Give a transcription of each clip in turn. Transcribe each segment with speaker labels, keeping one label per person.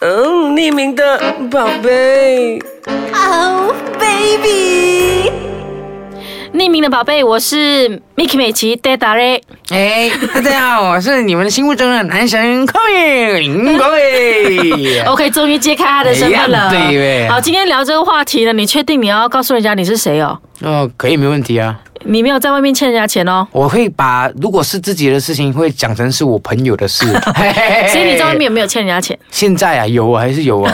Speaker 1: 嗯匿名的宝贝。
Speaker 2: Oh baby，
Speaker 3: 匿名的宝贝，我是 Miki 美琪 d a d a r
Speaker 4: 哎，大家好，我是你们心目中的男神 Kobe 林 Kobe。
Speaker 3: OK，终于揭开他的身份了。
Speaker 4: 哎呀对呗
Speaker 3: 好，今天聊这个话题呢，你确定你要告诉人家你是谁哦？
Speaker 4: 哦，可以，没问题啊。
Speaker 3: 你没有在外面欠人家钱哦，
Speaker 4: 我会把如果是自己的事情，会讲成是我朋友的事。嘿嘿嘿
Speaker 3: 所以你在外面有没有欠人家钱？
Speaker 4: 现在啊，有啊，还是有 啊，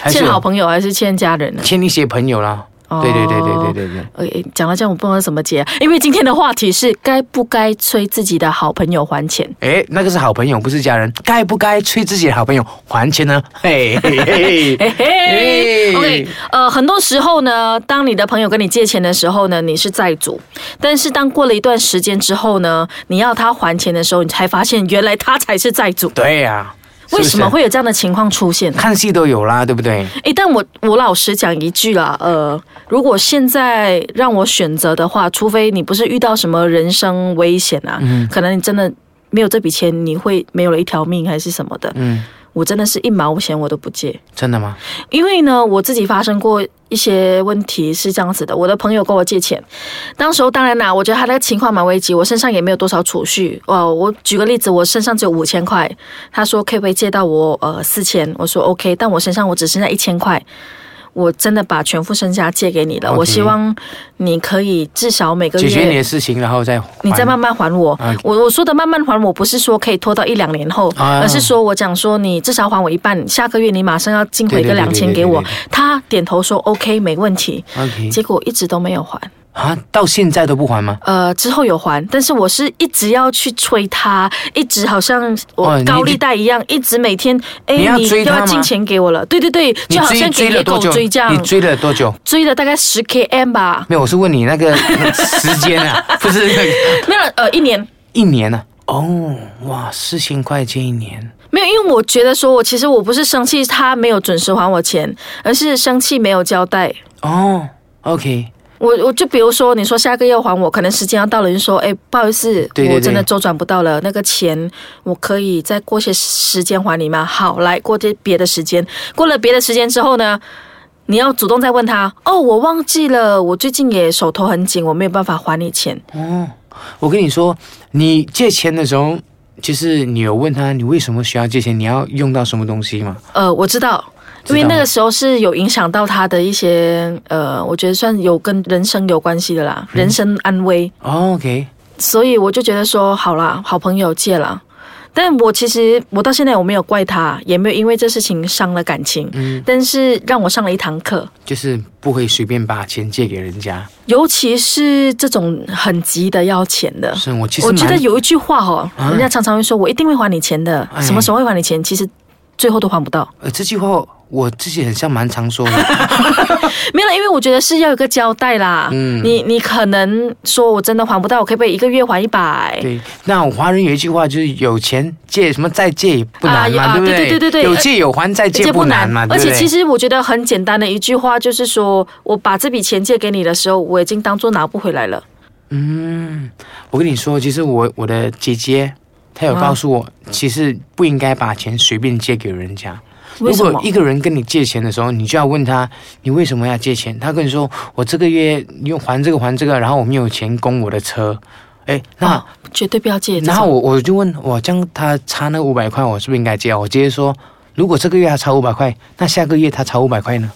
Speaker 4: 还是有
Speaker 3: 欠好朋友还是欠家人呢？
Speaker 4: 欠一些朋友啦。
Speaker 3: 哦
Speaker 4: 对对对对对对对。
Speaker 3: 呃，讲到这样，我不知道怎么接、因为今天的话题是该不该催自己的好朋友还钱。
Speaker 4: 哎，那个是好朋友，不是家人，该不该催自己的好朋友还钱呢？嘿嘿嘿
Speaker 3: 嘿嘿
Speaker 4: 嘿
Speaker 3: ，OK，呃，很多时候呢，当你的朋友跟你借钱的时候呢，你是债主，但是当过了一段时间之后呢，你要他还钱的时候，你才发现原来他才是债主。
Speaker 4: 对呀、是
Speaker 3: 为
Speaker 4: 不
Speaker 3: 什
Speaker 4: 是
Speaker 3: 么会有这样的情况出现？
Speaker 4: 看戏都有啦，对不对？
Speaker 3: 诶，但我我老实讲一句啦，呃，如果现在让我选择的话，除非你不是遇到什么人生危险啊，
Speaker 4: 嗯
Speaker 3: 可能你真的没有这笔钱，你会没有了一条命还是什么的，
Speaker 4: 嗯，
Speaker 3: 我真的是一毛钱我都不借。
Speaker 4: 真的吗？
Speaker 3: 因为呢，我自己发生过一些问题是这样子的，我的朋友跟我借钱，当时候当然啦，我觉得他的情况蛮危急，我身上也没有多少储蓄。哦，我举个例子，我身上只有五千块，他说可不可以借到我呃四千？我说 OK，但我身上我只剩下一千块。我真的把全副身家借给你了
Speaker 4: OK
Speaker 3: 我希望你可以至少每个月
Speaker 4: 解决你的哎事情，然后再还
Speaker 3: 你再慢慢还我。
Speaker 4: OK
Speaker 3: 我我说的慢慢还我，不是说可以拖到一两年后，
Speaker 4: 啊
Speaker 3: 而是说我讲说你至少还我一半，下个月你马上要进回个
Speaker 4: 对对对
Speaker 3: 两千给我
Speaker 4: 对对对。
Speaker 3: 他点头说 OK，没问题。
Speaker 4: OK
Speaker 3: 结果一直都没有还，
Speaker 4: 啊，到现在都不还吗？
Speaker 3: 呃，之后有还，但是我是一直要去催他，一直好像
Speaker 4: 哦
Speaker 3: 我
Speaker 4: 你
Speaker 3: 高利贷一样，一直每天，哎，
Speaker 4: 你要追
Speaker 3: 又
Speaker 4: 他
Speaker 3: 要
Speaker 4: 吗
Speaker 3: 进钱给我了，对对对，
Speaker 4: 你
Speaker 3: 就好
Speaker 4: 追
Speaker 3: 像给
Speaker 4: 追
Speaker 3: 野
Speaker 4: 了多
Speaker 3: 狗
Speaker 4: 久？
Speaker 3: 追这样
Speaker 4: 你，追了多久？
Speaker 3: 追了大概十 km 吧，
Speaker 4: 没有，我是问你 那个时间啊，不是那个
Speaker 3: 没有呃一年，
Speaker 4: 一年啊。哦，哇，四千块钱一年，
Speaker 3: 没有，因为我觉得说我其实我不是生气他没有准时还我钱，而是生气没有交代。
Speaker 4: 哦，OK，
Speaker 3: 我我就比如说，你说下个月还我，可能时间要到了，你就说，哎，不好意思，
Speaker 4: 对对
Speaker 3: 我真的周转不到了，那个钱我可以再过些时间还你吗？好，来过这别的时间，过了别的时间之后呢，你要主动再问他，哦，我忘记了，我最近也手头很紧，我没有办法还你钱。
Speaker 4: 哦我跟你说，你借钱的时候，就是你有问他你为什么需要借钱，你要用到什么东西吗？
Speaker 3: 呃，我知道。因为
Speaker 4: 知道
Speaker 3: 那个时候是有影响到他的一些，呃，我觉得算有跟人生有关系的啦，
Speaker 4: 嗯
Speaker 3: 人生安危，
Speaker 4: 哦，OK，
Speaker 3: 所以我就觉得说，好啦，好朋友借啦。但我其实我到现在我没有怪他，也没有因为这事情伤了感情，
Speaker 4: 嗯
Speaker 3: 但是让我上了一堂课，
Speaker 4: 就是不会随便把钱借给人家。
Speaker 3: 尤其是这种很急的要钱的。
Speaker 4: 是我其实
Speaker 3: 我觉得
Speaker 4: 蛮
Speaker 3: 有一句话哦，人家常常会说，我一定会还你钱的，
Speaker 4: 哎
Speaker 3: 什么时候会还你钱，其实最后都还不到。
Speaker 4: 呃这句话我自己很像蛮常说的，
Speaker 3: 没有啦，因为我觉得是要有个交代啦。嗯，你你可能说我真的还不到，我可不可以一个月还一百？
Speaker 4: 对。那华人有一句话就是有钱借什么再借也不难嘛，
Speaker 3: 啊有啊
Speaker 4: 对不对？
Speaker 3: 对对对对对
Speaker 4: 有借有还，再借不难嘛，
Speaker 3: 而且其
Speaker 4: 实
Speaker 3: 实我觉得很简单的一句话，就是说我把这笔钱借给你的时候，我已经当做拿不回来了。
Speaker 4: 我跟你说，其实我我的姐姐她
Speaker 3: 嗯
Speaker 4: 有告诉我，其实不应该把钱随便借给人家。
Speaker 3: 为
Speaker 4: 如
Speaker 3: 什么
Speaker 4: 果一？个人跟你借钱的时候，你就要问他你为什么要借钱？他跟你说我这个月用还这个还这个，然后我没有钱供我的车。哎，那、
Speaker 3: 哦绝对不要借这种。
Speaker 4: 然后我我就问我这样他差那五百块，我是不是应该借啊？我直接说，如果这个月他差五百块，那下个月他差五百块呢？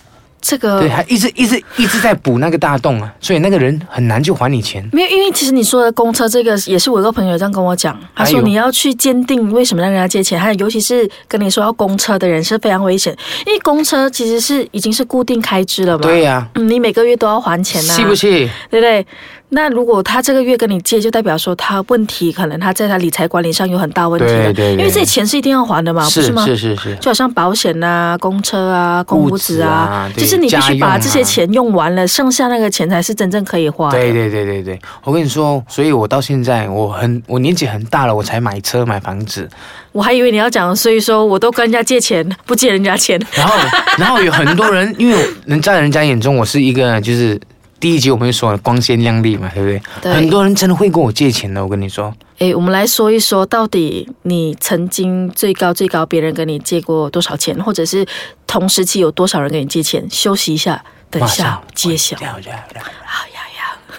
Speaker 3: 这个
Speaker 4: 对，他一直一直一直在补那个大洞啊，所以那个人很难就还你钱。
Speaker 3: 没有，因为其实你说的公车这个，也是我一个朋友这样跟我讲，他说
Speaker 4: 哎呦
Speaker 3: 你要去鉴定为什么让人家借钱，还有尤其是跟你说要公车的人是非常危险，因为公车其实是已经是固定开支了嘛。
Speaker 4: 对呀、
Speaker 3: 嗯，你每个月都要还钱啊呐、
Speaker 4: 是不是？
Speaker 3: 对不对？那如果他这个月跟你借，就代表说他问题可能他在他理财管理上有很大问题的，
Speaker 4: 对对对
Speaker 3: 因为这些钱是一定要还的嘛，不
Speaker 4: 是
Speaker 3: 是吗？
Speaker 4: 是是是，
Speaker 3: 就好像保险啊、公车啊、公屋子啊，
Speaker 4: 物资啊对
Speaker 3: 就是你必
Speaker 4: 家
Speaker 3: 须
Speaker 4: 用
Speaker 3: 把
Speaker 4: 啊
Speaker 3: 这些钱用完了，剩下那个钱才是真正可以花的。
Speaker 4: 对对对对对，我跟你说，所以我到现在我很我年纪很大了，我才买车买房子，
Speaker 3: 我还以为你要讲，所以说我都跟人家借钱， 不借人家钱。
Speaker 4: 然后然后有很多人，因为我人在人家眼中我是一个就是。第一集我们就说了光鲜亮丽嘛，对不对？
Speaker 3: 对
Speaker 4: 很多人真的会跟我借钱的，我跟你说，
Speaker 3: 哎诶，我们来说一说，到底你曾经最高最高别人跟你借过多少钱，或者是同时期有多少人跟你借钱？休息一下，等一
Speaker 4: 马
Speaker 3: 下
Speaker 4: 上
Speaker 3: 揭晓。
Speaker 4: 这样这样这样
Speaker 3: 好呀呀！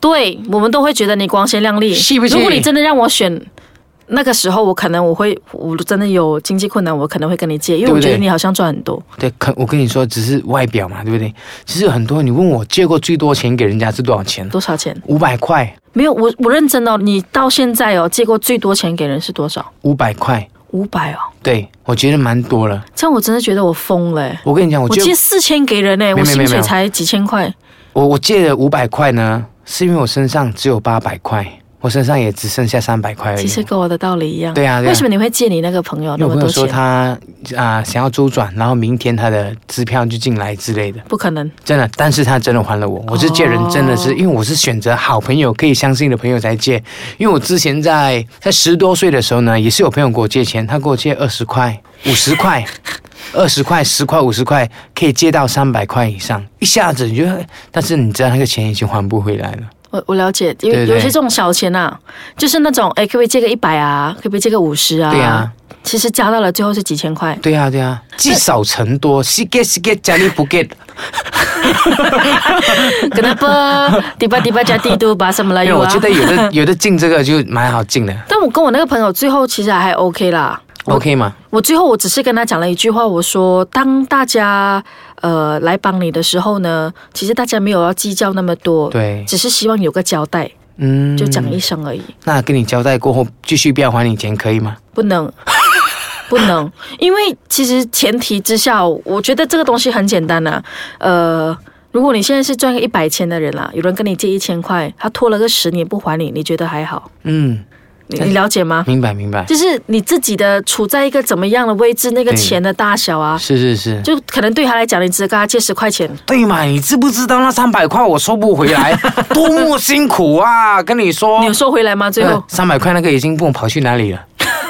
Speaker 3: 对我们都会觉得你光鲜亮丽，
Speaker 4: 是不是
Speaker 3: 如果你真的让我选，那个时候我可能我会，我真的有经济困难，我可能会跟你借，因为
Speaker 4: 对
Speaker 3: 我
Speaker 4: 不对
Speaker 3: 觉得你好像赚很多。
Speaker 4: 对，可我跟你说，只是外表嘛，对不对？其实很多，你问我借过最多钱给人家是多少钱？
Speaker 3: 多少钱？
Speaker 4: 五百块，
Speaker 3: 没有，我我认真哦，你到现在哦，借过最多钱给人是多少？
Speaker 4: 五百块，
Speaker 3: 五百哦，
Speaker 4: 对我觉得蛮多了。
Speaker 3: 这样我真的觉得我疯了欸。
Speaker 4: 我跟你讲，我
Speaker 3: 我
Speaker 4: 借
Speaker 3: 借四千给人呢、欸
Speaker 4: 没
Speaker 3: 我
Speaker 4: 有没有
Speaker 3: 薪
Speaker 4: 没
Speaker 3: 水
Speaker 4: 有哎
Speaker 3: 才几千块，
Speaker 4: 我我借了五百块呢，是因为我身上只有八百块，我身上也只剩下三百块而已。
Speaker 3: 其实跟我的道理一样。
Speaker 4: 对啊对啊
Speaker 3: 为什么你会借你那个朋友
Speaker 4: 因为
Speaker 3: 那么
Speaker 4: 我朋
Speaker 3: 多
Speaker 4: 友说
Speaker 3: 钱？
Speaker 4: 他啊、想要周转，然后明天他的支票就进来之类的，
Speaker 3: 不可能，
Speaker 4: 真的，但是他真的还了我。我是借人，真的是、因为我是选择好朋友可以相信的朋友才借。因为我之前在在十多岁的时候呢，也是有朋友给我借钱，他给我借二十块、五十块、二十块、十块、五十块，可以借到三百块以上，一下子你就，但是你知道那个钱已经还不回来了。
Speaker 3: 我我了解，因为
Speaker 4: 对对
Speaker 3: 有些这种小钱啊，就是那种哎，可不可以借个一百啊？可不可以借个五十啊？
Speaker 4: 对啊，
Speaker 3: 其实加到了最后是几千块。
Speaker 4: 对啊，对啊，积少成多，是给是给，家里不给。
Speaker 3: Kenapa tiba-tiba jadi tu bahasa
Speaker 4: 因为
Speaker 3: Melayu
Speaker 4: 我
Speaker 3: ah?
Speaker 4: 觉得有的有的进这个就蛮好进的
Speaker 3: 但我跟我那个朋友最后其实还 OK 啦。
Speaker 4: ，OK 吗？
Speaker 3: 我最后我只是跟他讲了一句话，我说当大家呃来帮你的时候呢，其实大家没有要计较那么多，
Speaker 4: 对
Speaker 3: 只是希望有个交代，
Speaker 4: 嗯，
Speaker 3: 就讲一声而已，
Speaker 4: 那跟你交代过后，继续不要还你钱，可以吗？
Speaker 3: 不能。 不能，因为其实前提之下，我觉得这个东西很简单呐、呃，如果你现在是赚个一百千的人啦、啊有人跟你借一千块，他拖了个十年不还你，你觉得还好？
Speaker 4: 嗯，
Speaker 3: 你你了解吗？
Speaker 4: 明白明白，
Speaker 3: 就是你自己的处在一个怎么样的位置，那个
Speaker 4: 对
Speaker 3: 钱的大小啊，
Speaker 4: 是是是，
Speaker 3: 就可能对他来讲，你只跟他借十块钱，
Speaker 4: 对嘛？你知不知道那三百块我收不回 来，多么辛苦啊！跟你说呃
Speaker 3: 你有，收回来吗？最后，
Speaker 4: 三百块那个已经不懂跑去哪 里了。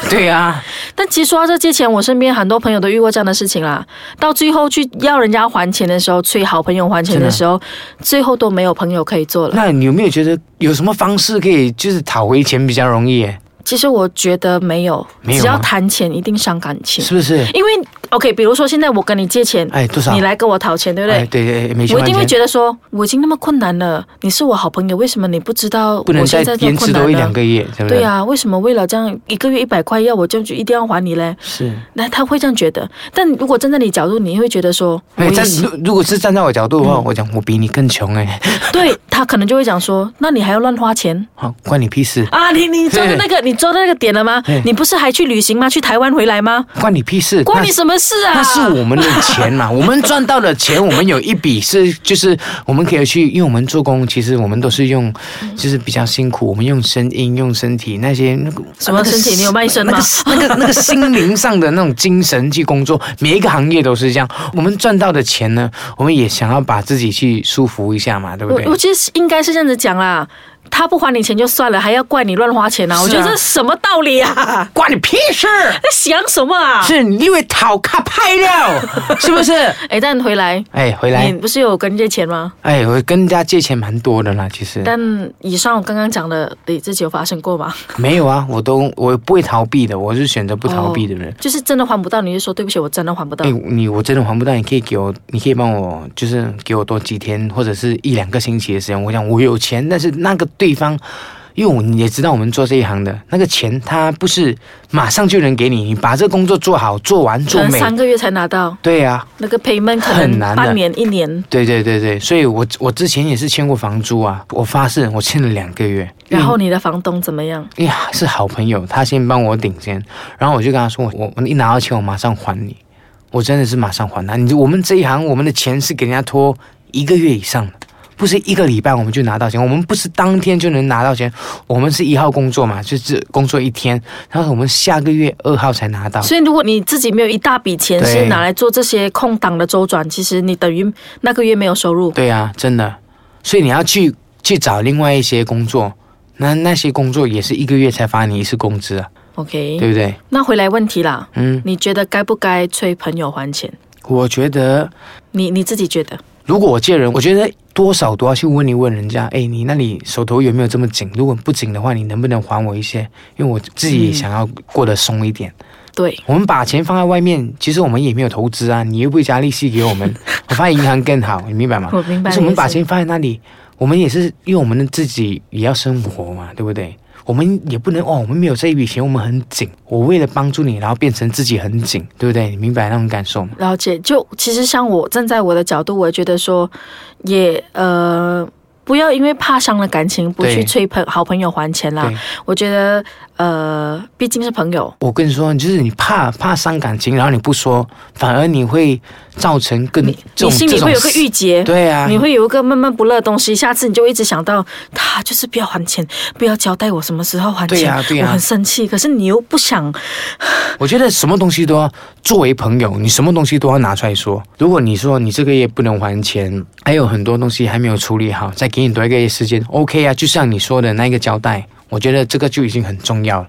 Speaker 4: 对啊，
Speaker 3: 但其实说到这借钱，我身边很多朋友都遇过这样的事情啦。到最后去要人家还钱的时候，催好朋友还钱的时候，最后都没有朋友可以做了。
Speaker 4: 那你有没有觉得有什么方式可以就是讨回钱比较容易耶？
Speaker 3: 其实我觉得没有，
Speaker 4: 没有
Speaker 3: 只
Speaker 4: 吗
Speaker 3: 要谈钱一定伤感情，
Speaker 4: 是不是？
Speaker 3: 因为 OK，比如说现在我跟你借钱，
Speaker 4: 哎，多少？
Speaker 3: 你来跟我讨钱，对不对？
Speaker 4: 哎，对对，对没去
Speaker 3: 我一定
Speaker 4: 还
Speaker 3: 会
Speaker 4: 钱
Speaker 3: 觉得说，我已经那么困难了，你是我好朋友，为什么你不知道
Speaker 4: 不能
Speaker 3: 我
Speaker 4: 再
Speaker 3: 现在这么
Speaker 4: 延
Speaker 3: 困
Speaker 4: 迟
Speaker 3: 难
Speaker 4: 多
Speaker 3: 呢？
Speaker 4: 一两个月，对不
Speaker 3: 对啊，为什么为了这样一个月一百块要我就就一定要还你嘞？
Speaker 4: 是。
Speaker 3: 那他会这样觉得，但如果站在你角度，你会觉得说，我
Speaker 4: 没
Speaker 3: 也
Speaker 4: 有站
Speaker 3: 是
Speaker 4: 如如果哎是站在我角度的话，我讲我比你更穷哎、
Speaker 3: 对他可能就会讲说，那你还要乱花钱
Speaker 4: 好关你屁事，
Speaker 3: 啊？你你抓到那个你抓到那个点了吗
Speaker 4: 对？
Speaker 3: 你不是还去旅行吗？去台湾回来吗？
Speaker 4: 关你屁事，
Speaker 3: 关
Speaker 4: 那
Speaker 3: 你什么事啊？
Speaker 4: 那是我们的钱 嘛，我们赚到的钱，我们有一笔是就是我们可以去，因为我们做工，其实我们都是用，就是比较辛苦，我们用声音、用身体那些啊那个
Speaker 3: 什么身体你有卖身吗
Speaker 4: 那 个那个那个心灵上的那种精神去工作，每一个行业都是这样。我们赚到的钱呢，我们也想要把自己去舒服一下嘛，对不对
Speaker 3: 我我？觉得应该是这样子讲啦。他不还你钱就算了，还要怪你乱花钱啊！我
Speaker 4: 是
Speaker 3: 觉
Speaker 4: 啊
Speaker 3: 得这什么道理啊？
Speaker 4: 关你屁事！
Speaker 3: 在想什么啊？
Speaker 4: 是你因为讨卡拍了， 是不是？
Speaker 3: 哎，但回来，
Speaker 4: 哎，回来
Speaker 3: 你，不是有跟借钱吗？
Speaker 4: 哎，我跟人家借钱蛮多的啦，其实。
Speaker 3: 但以上我刚刚讲的，你自己有发生过吗？
Speaker 4: 没有啊，我都我不会逃避的，我是选择不逃避的人
Speaker 3: 哦。就是真的还不到，你就说对不起，我真的还不到。
Speaker 4: 哎、你我真的还不到，你可以给我，你可以帮我，就是给我多几天或者是一两个星期的时间。我讲我有钱，但是那个对方，因为我你也知道我们做这一行的，那个钱他不是马上就能给你，你把这个工作做好、做完、
Speaker 3: 可
Speaker 4: 做
Speaker 3: 能
Speaker 4: 美。
Speaker 3: 三个月才拿到
Speaker 4: 对呀、啊，
Speaker 3: 那个 payment，可能
Speaker 4: 很难的啊嗯
Speaker 3: 半年一年，
Speaker 4: 对对对对，所以我我之前也是欠过房租啊，我发誓我欠了两个月。
Speaker 3: 然后你的房东怎么样？
Speaker 4: 哎呀，是好朋友，他先帮我顶先，然后我就跟他说，我我一拿到钱，我马上还你，我真的是马上还他。你我们这一行，我们的钱是给人家拖一个月以上的，不是一个礼拜我们就拿到钱，我们不是当天就能拿到钱，我们是一号工作嘛，就是工作一天，然后我们下个月二号才拿到。
Speaker 3: 所以如果你自己没有一大笔钱
Speaker 4: 啊对
Speaker 3: 是拿来做这些空档的周转，其实你等于那个月没有收入。
Speaker 4: 对啊，真的，所以你要去去找另外一些工作，那那些工作也是一个月才发你一次工资啊，对
Speaker 3: OK，
Speaker 4: 不对？
Speaker 3: 那回来问题啦，
Speaker 4: 嗯，
Speaker 3: 你觉得该不该催朋友还钱？
Speaker 4: 我觉得。
Speaker 3: 你你自己觉得？
Speaker 4: 如果我借人，我觉得多少都要去问一问人家，哎，你那里手头有没有这么紧？如果不紧的话，你能不能还我一些？因为我自己也想要过得松一
Speaker 3: 嗯
Speaker 4: 点。
Speaker 3: 对，
Speaker 4: 我们把钱放在外面，其实我们也没有投资啊，你又不会加利息给 我们，我放在银行更好，你明白吗？
Speaker 3: 我哦明白你的
Speaker 4: 但
Speaker 3: 意思。
Speaker 4: 是我们把钱放在那里，我们也是因为我们自己也要生活嘛，对不对？我们也不能哦，我们没有这一笔钱，我们很紧。我为了帮助你，然后变成自己很紧，对不对？你明白那种感受吗？
Speaker 3: 了解，就其实像我站在我的角度，我也觉得说，也呃，不要因为怕伤了感情，不
Speaker 4: 对
Speaker 3: 去催朋好朋友还钱啦
Speaker 4: 对。
Speaker 3: 我觉得呃，毕竟是朋友，
Speaker 4: 我跟你说，就是你怕怕伤感情，然后你不说，反而你会造成更这
Speaker 3: 你
Speaker 4: 种
Speaker 3: 心里会有个
Speaker 4: 这种
Speaker 3: 郁结。
Speaker 4: 对啊，
Speaker 3: 你会有一个闷闷不乐的东西，下次你就一直想到他就是不要还钱，不要交代我什么时候还钱，
Speaker 4: 对呀对呀
Speaker 3: 我很生气。可是你又不想，
Speaker 4: 我觉得什么东西都要作为朋友，你什么东西都要拿出来说。如果你说你这个月不能还钱，还有很多东西还没有处理好，再给你多一个月时间，OK 啊？就像你说的那个交代，我觉得这个就已经很重要了。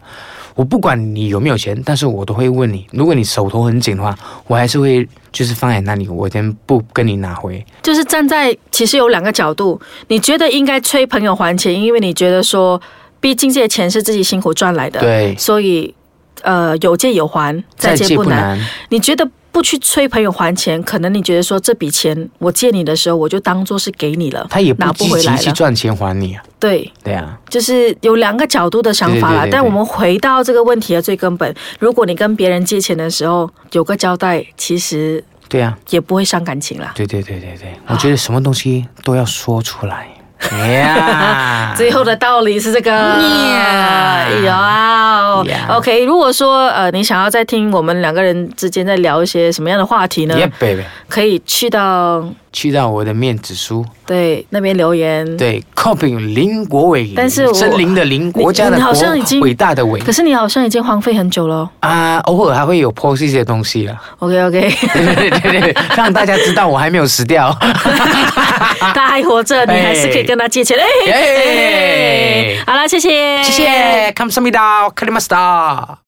Speaker 4: 我不管你有没有钱，但是我都会问你。如果你手头很紧的话，我还是会就是放在那里，我先不跟你拿回。
Speaker 3: 就是站在其实有两个角度，你觉得应该催朋友还钱，因为你觉得说，毕竟这些钱是自己辛苦赚来的，
Speaker 4: 对，
Speaker 3: 所以呃有借有还，再借不难。。你觉得不去催朋友还钱，可能你觉得说这笔钱我借你的时候，我就当做是给你了，
Speaker 4: 他也
Speaker 3: 拿不
Speaker 4: 不积
Speaker 3: 回
Speaker 4: 极
Speaker 3: 来
Speaker 4: 去
Speaker 3: 了。
Speaker 4: 赚钱还你啊，
Speaker 3: 对，
Speaker 4: 对啊，
Speaker 3: 就是有两个角度的想法啦。
Speaker 4: 对对对对
Speaker 3: 但我们回到这个问题的最根本，如果你跟别人借钱的时候有个交代，其实
Speaker 4: 对啊。
Speaker 3: 也不会伤感情啦。
Speaker 4: 对对对对
Speaker 3: 啊
Speaker 4: 对，我觉得什么东西都要说出 来。哎呀
Speaker 3: 最后的道理是这个。哇
Speaker 4: Yeah
Speaker 3: ，OK。如果说呃，你想要再听我们两个人之间在聊一些什么样的话题呢？
Speaker 4: ，Yeah baby，
Speaker 3: 可以去到
Speaker 4: 去到我的面子书，
Speaker 3: 对那边留言。
Speaker 4: 对，copy 林国伟，
Speaker 3: 嗯但是我
Speaker 4: 森林的林，国家的
Speaker 3: 你
Speaker 4: 国，
Speaker 3: 好像已经
Speaker 4: 伟大的伟
Speaker 3: 可是你好像已经荒废很久了。
Speaker 4: 啊，偶尔还会有 post 一些东西啊，
Speaker 3: OK OK，
Speaker 4: 对对对对，让大家知道我还没有死 掉。
Speaker 3: 他还活着，你还是可以跟他借钱。哎，
Speaker 4: 哎
Speaker 3: 好了，谢谢，哎
Speaker 4: 谢谢，come s o m e d o w k a r i m a s t a